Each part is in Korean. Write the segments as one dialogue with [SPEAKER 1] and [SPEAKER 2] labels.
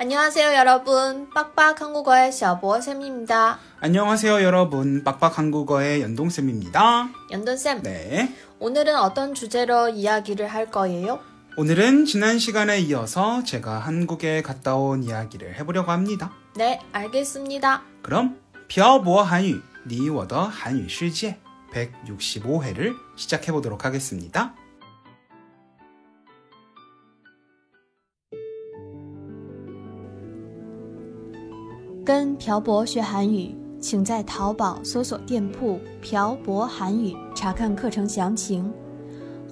[SPEAKER 1] 안녕하세요, 여러분. 빡빡 한국어의 샤보 쌤입니다.
[SPEAKER 2] 안녕하세요 여러분 빡빡 한국어의 연동쌤입니다
[SPEAKER 1] 연돈 쌤,
[SPEAKER 2] 네
[SPEAKER 1] 오늘은 어떤 주제로 이야기를 할 거예요?
[SPEAKER 2] 오늘은 지난 시간에 이어서 제가 한국에 갔다 온 이야기를 해보려고 합니다
[SPEAKER 1] 네, 알겠습니다.
[SPEAKER 2] 그럼 펴보어 한유 니워더 한유 실제 165회를 시작해보도록 하겠습니다
[SPEAKER 3] 跟朴博学韩语，请在淘宝搜索店铺“朴博韩语”查看课程详情。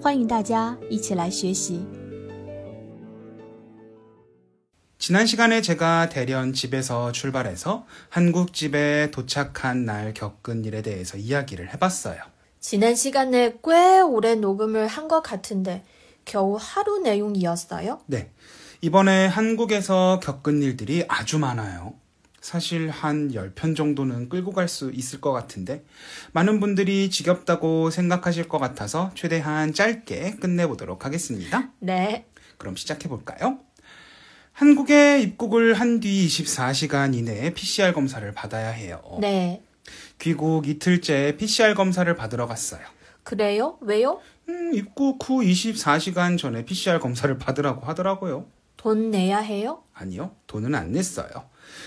[SPEAKER 3] 欢迎大家一起来学习。
[SPEAKER 2] 지난 시간에 제가 대련 집에서 출발해서 한국 집에 도착한 날 겪은 일에 대해서 이야기를 해봤어요
[SPEAKER 1] 지난 시간에 꽤 오래 녹음을 한 것 같은데, 겨우 하루 내용이었어요?
[SPEAKER 2] 네. 이번에 한국에서 겪은 일들이 아주 많아요. 사실 한 10편 정도는 끌고 갈 수 있을 것 같은데, 많은 분들이 지겹다고 생각하실 것 같아서 최대한 짧게 끝내보도록 하겠습니다.
[SPEAKER 1] 네.
[SPEAKER 2] 그럼 시작해볼까요? 한국에 입국을 한 뒤 24시간 이내에 PCR 검사를 받아야 해요.
[SPEAKER 1] 네.
[SPEAKER 2] 귀국 이틀째 PCR 검사를 받으러 갔어요.
[SPEAKER 1] 그래요? 왜요?
[SPEAKER 2] 음, 입국 후 24시간 전에 PCR 검사를 받으라고 하더라고요.
[SPEAKER 1] 돈 내야 해요?
[SPEAKER 2] 아니요, 돈은 안 냈어요.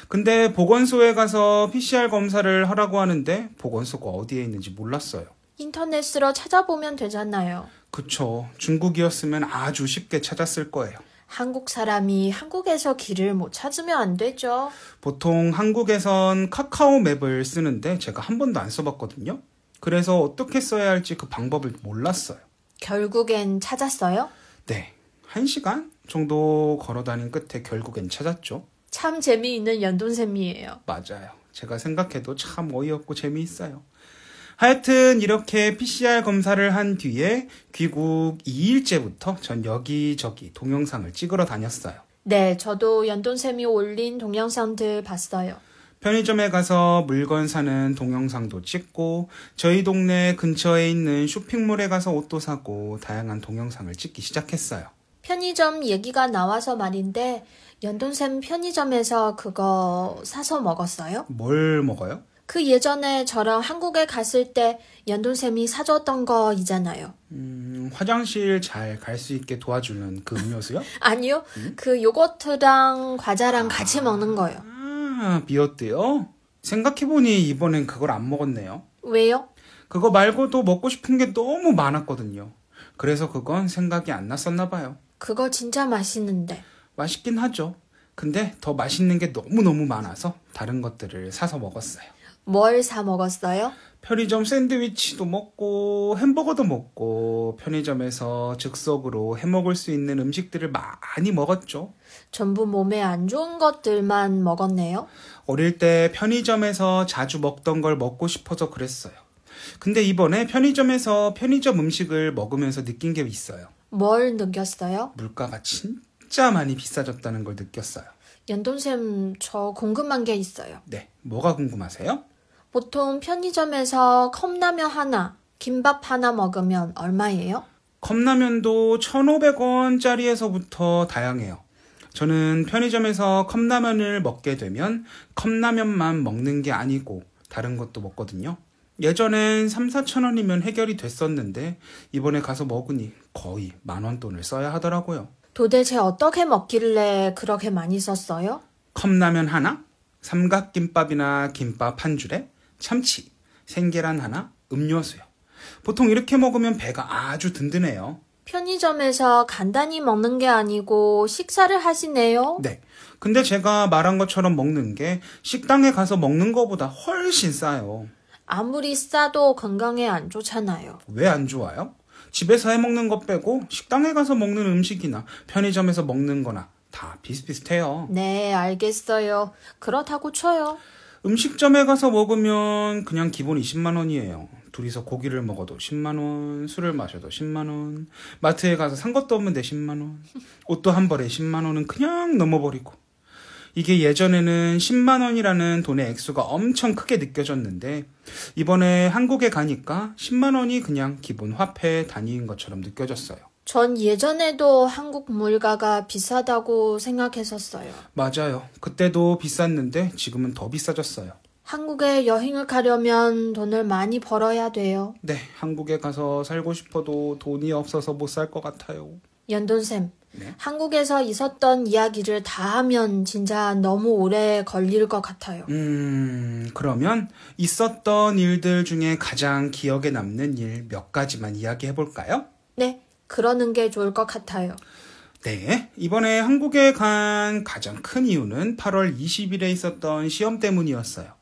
[SPEAKER 2] 근데 보건소에 가서 PCR 검사를 하라고 하는데 보건소가 어디에 있는지 몰랐어요.
[SPEAKER 1] 인터넷으로 찾아보면 되잖아요.
[SPEAKER 2] 그쵸. 중국이었으면 아주 쉽게 찾았을 거예요.
[SPEAKER 1] 한국 사람이 한국에서 길을 못 찾으면 안 되죠.
[SPEAKER 2] 보통 한국에선 카카오 맵을 쓰는데 제가 한 번도 안 써봤거든요. 그래서 어떻게 써야 할지 그 방법을 몰랐어요.
[SPEAKER 1] 결국엔 찾았어요?
[SPEAKER 2] 네. 한 시간 정도 걸어 다닌 끝에 결국엔 찾았죠.
[SPEAKER 1] 참 재미있는 연돈쌤이에요.
[SPEAKER 2] 맞아요. 제가 생각해도 참 어이없고 재미있어요. 하여튼 이렇게 PCR 검사를 한 뒤에 귀국 2일째부터 전 여기저기 동영상을 찍으러 다녔어요.
[SPEAKER 1] 네, 저도 연돈쌤이 올린 동영상들 봤어요.
[SPEAKER 2] 편의점에 가서 물건 사는 동영상도 찍고 저희 동네 근처에 있는 쇼핑몰에 가서 옷도 사고 다양한 동영상을 찍기 시작했어요.
[SPEAKER 1] 편의점 얘기가 나와서 말인데, 연돈쌤 편의점에서 그거 사서 먹었어요?
[SPEAKER 2] 뭘 먹어요?
[SPEAKER 1] 그 예전에 저랑 한국에 갔을 때 연돈쌤이 사줬던 거이잖아요.
[SPEAKER 2] 음, 화장실 잘 갈 수 있게 도와주는 그 음료수요?
[SPEAKER 1] 아니요, 그 요거트랑 과자랑 같이 먹는 거요.
[SPEAKER 2] 아, 비었대요. 생각해보니 이번엔 그걸 안 먹었네요.
[SPEAKER 1] 왜요?
[SPEAKER 2] 그거 말고도 먹고 싶은 게 너무 많았거든요. 그래서 그건 생각이 안 났었나 봐요.
[SPEAKER 1] 그거 진짜 맛있는데.
[SPEAKER 2] 맛있긴 하죠. 근데 더 맛있는 게 너무너무 많아서 다른 것들을 사서 먹었어요.
[SPEAKER 1] 뭘 사 먹었어요?
[SPEAKER 2] 편의점 샌드위치도 먹고 햄버거도 먹고 편의점에서 즉석으로 해 먹을 수 있는 음식들을 많이 먹었죠.
[SPEAKER 1] 전부 몸에 안 좋은 것들만 먹었네요.
[SPEAKER 2] 어릴 때 편의점에서 자주 먹던 걸 먹고 싶어서 그랬어요. 근데 이번에 편의점에서 편의점 음식을 먹으면서 느낀 게 있어요.
[SPEAKER 1] 뭘 느꼈어요?
[SPEAKER 2] 물가가 진짜 많이 비싸졌다는 걸 느꼈어요.
[SPEAKER 1] 연돈쌤, 저 궁금한 게 있어요.
[SPEAKER 2] 네, 뭐가 궁금하세요?
[SPEAKER 1] 보통 편의점에서 컵라면 하나, 김밥 하나 먹으면 얼마예요?
[SPEAKER 2] 컵라면도 1,500원짜리에서부터 다양해요. 저는 편의점에서 컵라면을 먹게 되면 컵라면만 먹는 게 아니고 다른 것도 먹거든요. 예전엔 3, 4천 원이면 해결이 됐었는데 이번에 가서 먹으니 거의 만 원 돈을 써야 하더라고요.
[SPEAKER 1] 도대체 어떻게 먹길래 그렇게 많이 썼어요?
[SPEAKER 2] 컵라면 하나, 삼각김밥이나 김밥 한 줄에 참치, 생계란 하나, 음료수요. 보통 이렇게 먹으면 배가 아주 든든해요.
[SPEAKER 1] 편의점에서 간단히 먹는 게 아니고 식사를 하시네요.
[SPEAKER 2] 네. 근데 제가 말한 것처럼 먹는 게 식당에 가서 먹는 것보다 훨씬 싸요.
[SPEAKER 1] 아무리 싸도 건강에 안 좋잖아요.
[SPEAKER 2] 왜 안 좋아요? 집에서 해 먹는 것 빼고 식당에 가서 먹는 음식이나 편의점에서 먹는 거나 다 비슷비슷해요.
[SPEAKER 1] 네, 알겠어요. 그렇다고 쳐요.
[SPEAKER 2] 음식점에 가서 먹으면 그냥 기본 20만 원이에요. 둘이서 고기를 먹어도 10만 원, 술을 마셔도 10만 원, 마트에 가서 산 것도 없는데 10만 원, 옷도 한 벌에 10만 원은 그냥 넘어버리고. 이게 예전에는 10만 원이라는 돈의 액수가 엄청 크게 느껴졌는데 이번에 한국에 가니까 10만 원이 그냥 기본 화폐 단위인 것처럼 느껴졌어요.
[SPEAKER 1] 전 예전에도 한국 물가가 비싸다고 생각했었어요.
[SPEAKER 2] 맞아요. 그때도 비쌌는데 지금은 더 비싸졌어요.
[SPEAKER 1] 한국에 여행을 가려면 돈을 많이 벌어야 돼요.
[SPEAKER 2] 네, 한국에 가서 살고 싶어도 돈이 없어서 못 살 것 같아요.
[SPEAKER 1] 연돈쌤, 한국에서 있었던 이야기를 다 하면 진짜 너무 오래 걸릴 것 같아요.
[SPEAKER 2] 음, 그러면 있었던 일들 중에 가장 기억에 남는 일 몇 가지만 이야기해 볼까요?
[SPEAKER 1] 네, 그러는 게 좋을 것 같아요.
[SPEAKER 2] 네, 이번에 한국에 간 가장 큰 이유는 8월 20일에 있었던 시험 때문이었어요.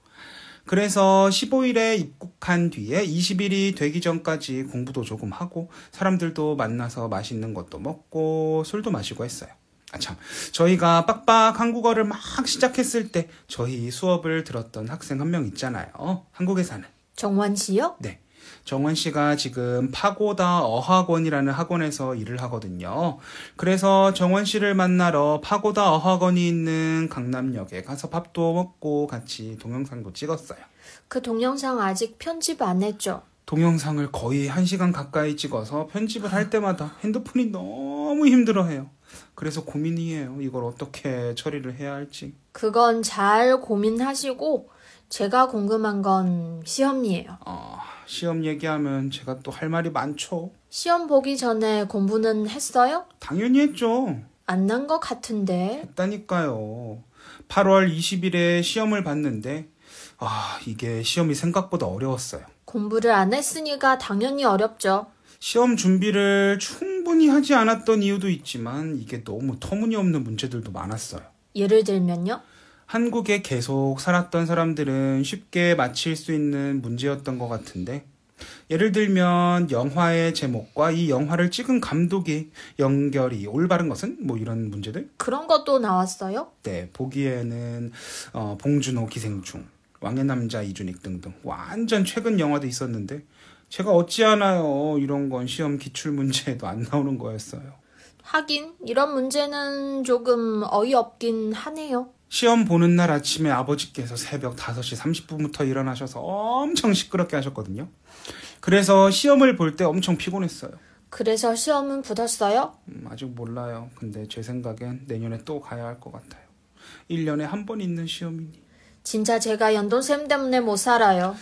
[SPEAKER 2] 그래서 15일에 입국한 뒤에 20일이 되기 전까지 공부도 조금 하고 사람들도 만나서 맛있는 것도 먹고 술도 마시고 했어요. 아 참, 저희가 빡빡 한국어를 막 시작했을 때 저희 수업을 들었던 학생 한 명 있잖아요. 한국에 사는.
[SPEAKER 1] 정원 씨요?
[SPEAKER 2] 네. 정원 씨가 지금 파고다 어학원이라는 학원에서 일을 하거든요. 그래서 정원 씨를 만나러 파고다 어학원이 있는 강남역에 가서 밥도 먹고 같이 동영상도 찍었어요.
[SPEAKER 1] 그 동영상 아직 편집 안 했죠?
[SPEAKER 2] 동영상을 거의 1시간 가까이 찍어서 편집을 할 때마다 핸드폰이 너무 힘들어해요. 그래서 고민이에요. 이걸 어떻게 처리를 해야 할지.
[SPEAKER 1] 그건 잘 고민하시고 제가 궁금한 건 시험이에요.
[SPEAKER 2] 아, 시험 얘기하면 제가 또 할 말이 많죠.
[SPEAKER 1] 시험 보기 전에 공부는 했어요?
[SPEAKER 2] 당연히 했죠.
[SPEAKER 1] 안 난 것 같은데.
[SPEAKER 2] 했다니까요. 8월 20일에 시험을 봤는데, 아, 이게 시험이 생각보다 어려웠어요.
[SPEAKER 1] 공부를 안 했으니까 당연히 어렵죠.
[SPEAKER 2] 시험 준비를 충분히 하지 않았던 이유도 있지만, 이게 너무 터무니없는 문제들도 많았어요.
[SPEAKER 1] 예를 들면요.
[SPEAKER 2] 한국에 계속 살았던 사람들은 쉽게 맞힐 수 있는 문제였던 것 같은데, 예를 들면 영화의 제목과 이 영화를 찍은 감독이 연결이 올바른 것은? 뭐 이런 문제들?
[SPEAKER 1] 그런 것도 나왔어요?
[SPEAKER 2] 때 네, 보기에는 어, 봉준호 기생충, 왕의 남자 이준익 등등 완전 최근 영화도 있었는데 제가 어찌하나요 이런 건 시험 기출 문제에도 안 나오는 거였어요.
[SPEAKER 1] 하긴 이런 문제는 조금 어이없긴 하네요.
[SPEAKER 2] 시험 보는 날 아침에 아버지께서 새벽 5시 30분부터 일어나셔서 엄청 시끄럽게 하셨거든요. 그래서 시험을 볼 때 엄청 피곤했어요.
[SPEAKER 1] 그래서 시험은 붙었어요?
[SPEAKER 2] 음, 아직 몰라요. 근데 제 생각엔 내년에 또 가야 할 것 같아요. 1년에 한 번 있는 시험이니.
[SPEAKER 1] 진짜 제가 연돈쌤 때문에 못 살아요.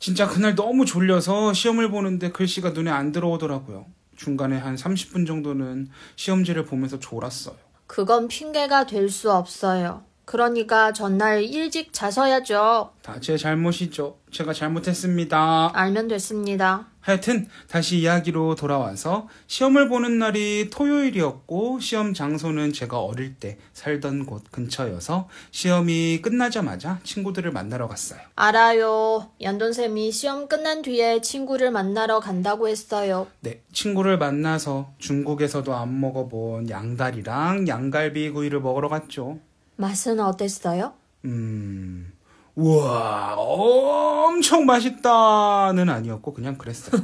[SPEAKER 2] 진짜 그날 너무 졸려서 시험을 보는데 글씨가 눈에 안 들어오더라고요. 중간에 한 30분 정도는 시험지를 보면서 졸았어요.
[SPEAKER 1] 그건 핑계가 될 수 없어요. 그러니까 전날 일찍 자서야죠.
[SPEAKER 2] 다 제 잘못이죠. 제가 잘못했습니다.
[SPEAKER 1] 알면 됐습니다.
[SPEAKER 2] 하여튼 다시 이야기로 돌아와서 시험을 보는 날이 토요일이었고 시험 장소는 제가 어릴 때 살던 곳 근처여서 시험이 끝나자마자 친구들을 만나러 갔어요.
[SPEAKER 1] 알아요. 연돈쌤이 시험 끝난 뒤에 친구를 만나러 간다고 했어요.
[SPEAKER 2] 네, 친구를 만나서 중국에서도 안 먹어본 양다리랑 양갈비구이를 먹으러 갔죠.
[SPEAKER 1] 맛은 어땠어요?
[SPEAKER 2] 음, 우와, 엄청 맛있다는 아니었고, 그냥 그랬어요.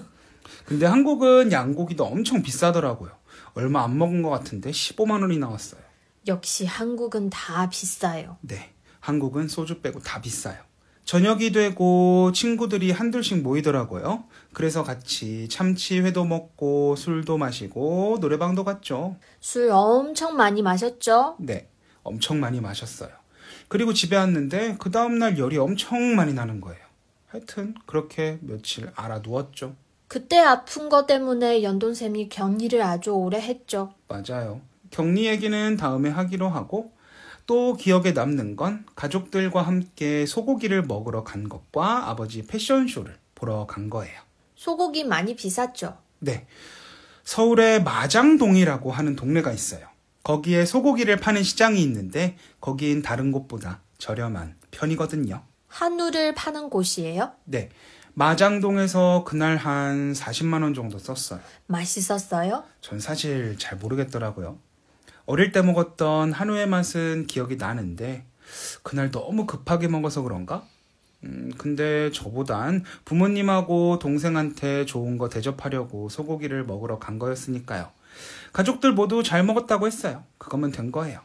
[SPEAKER 2] 근데 한국은 양고기도 엄청 비싸더라고요. 얼마 안 먹은 것 같은데 15만원이 나왔어요.
[SPEAKER 1] 역시 한국은 다 비싸요.
[SPEAKER 2] 네, 한국은 소주 빼고 다 비싸요. 저녁이 되고 친구들이 한둘씩 모이더라고요. 그래서 같이 참치회도 먹고 술도 마시고 노래방도 갔죠.
[SPEAKER 1] 술 엄청 많이 마셨죠?
[SPEAKER 2] 네, 엄청 많이 마셨어요. 그리고 집에 왔는데 그 다음날 열이 엄청 많이 나는 거예요. 하여튼 그렇게 며칠 알아누웠죠.
[SPEAKER 1] 그때 아픈 거 때문에 연돈쌤이 격리를 아주 오래 했죠.
[SPEAKER 2] 맞아요. 격리 얘기는 다음에 하기로 하고 또 기억에 남는 건 가족들과 함께 소고기를 먹으러 간 것과 아버지 패션쇼를 보러 간 거예요.
[SPEAKER 1] 소고기 많이 비쌌죠.
[SPEAKER 2] 네. 서울에 마장동이라고 하는 동네가 있어요. 거기에 소고기를 파는 시장이 있는데 거긴 다른 곳보다 저렴한 편이거든요.
[SPEAKER 1] 한우를 파는 곳이에요?
[SPEAKER 2] 네. 마장동에서 그날 한 40만 원 정도 썼어요.
[SPEAKER 1] 맛있었어요?
[SPEAKER 2] 전 사실 잘 모르겠더라고요. 어릴 때 먹었던 한우의 맛은 기억이 나는데 그날 너무 급하게 먹어서 그런가? 음, 근데 저보단 부모님하고 동생한테 좋은 거 대접하려고 소고기를 먹으러 간 거였으니까요. 가족들 모두 잘 먹었다고 했어요. 그거면 된 거예요.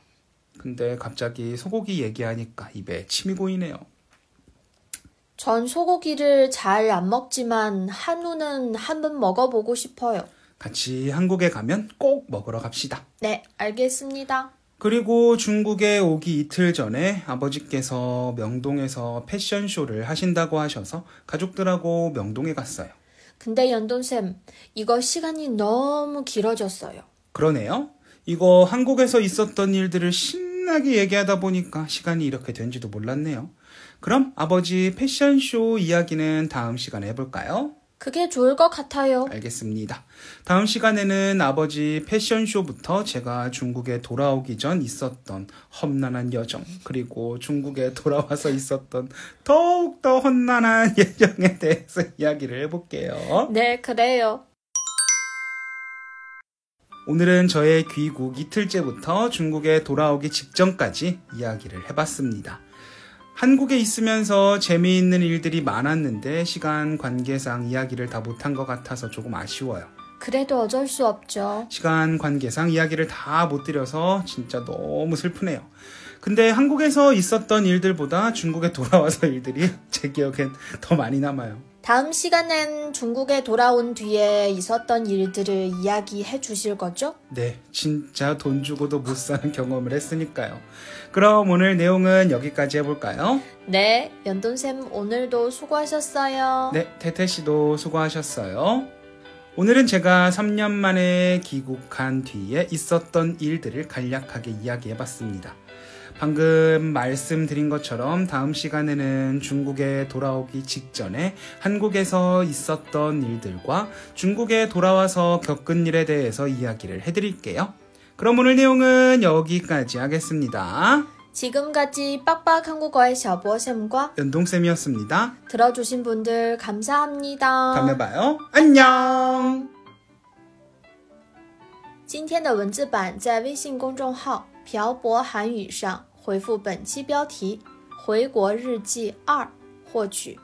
[SPEAKER 2] 근데 갑자기 소고기 얘기하니까 입에 침이 고이네요.
[SPEAKER 1] 전 소고기를 잘 안 먹지만 한우는 한번 먹어보고 싶어요.
[SPEAKER 2] 같이 한국에 가면 꼭 먹으러 갑시다.
[SPEAKER 1] 네, 알겠습니다.
[SPEAKER 2] 그리고 중국에 오기 이틀 전에 아버지께서 명동에서 패션쇼를 하신다고 하셔서 가족들하고 명동에 갔어요.
[SPEAKER 1] 근데 연돈쌤, 이거 시간이 너무 길어졌어요.
[SPEAKER 2] 그러네요. 이거 한국에서 있었던 일들을 신나게 얘기하다 보니까 시간이 이렇게 된지도 몰랐네요. 그럼 아버지 패션쇼 이야기는 다음 시간에 해볼까요?
[SPEAKER 1] 그게 좋을 것 같아요.
[SPEAKER 2] 알겠습니다. 다음 시간에는 아버지 패션쇼부터 제가 중국에 돌아오기 전 있었던 험난한 여정, 그리고 중국에 돌아와서 있었던 더욱더 험난한 여정에 대해서 이야기를 해볼게요.
[SPEAKER 1] 네, 그래요.
[SPEAKER 2] 오늘은 저의 귀국 이틀째부터 중국에 돌아오기 직전까지 이야기를 해봤습니다. 한국에 있으면서 재미있는 일들이 많았는데 시간 관계상 이야기를 다 못한 것 같아서 조금 아쉬워요.
[SPEAKER 1] 그래도 어쩔 수 없죠.
[SPEAKER 2] 시간 관계상 이야기를 다 못 드려서 진짜 너무 슬프네요. 근데 한국에서 있었던 일들보다 중국에 돌아와서 일들이 제 기억엔 더 많이 남아요.
[SPEAKER 1] 다음 시간엔 중국에 돌아온 뒤에 있었던 일들을 이야기해 주실 거죠?
[SPEAKER 2] 네, 진짜 돈 주고도 못 사는 경험을 했으니까요. 그럼 오늘 내용은 여기까지 해볼까요?
[SPEAKER 1] 네, 연돈쌤 오늘도 수고하셨어요.
[SPEAKER 2] 네, 태태 씨도 수고하셨어요. 오늘은 제가 3년 만에 귀국한 뒤에 있었던 일들을 간략하게 이야기해봤습니다. 방금 말씀드린 것처럼 다음 시간에는 중국에 돌아오기 직전에 한국에서 있었던 일들과 중국에 돌아와서 겪은 일에 대해서 이야기를 해드릴게요. 그럼 오늘 내용은 여기까지 하겠습니다.
[SPEAKER 1] 지금까지 빡빡 한국어의 샤보쌤과
[SPEAKER 2] 연동쌤이었습니다.
[SPEAKER 1] 들어주신 분들 감사합니다.
[SPEAKER 2] 다음에 봐요. 안녕!
[SPEAKER 1] 今天的文字版在微信公众号“漂泊韩语”上回复本期标题“回国日记二”获取。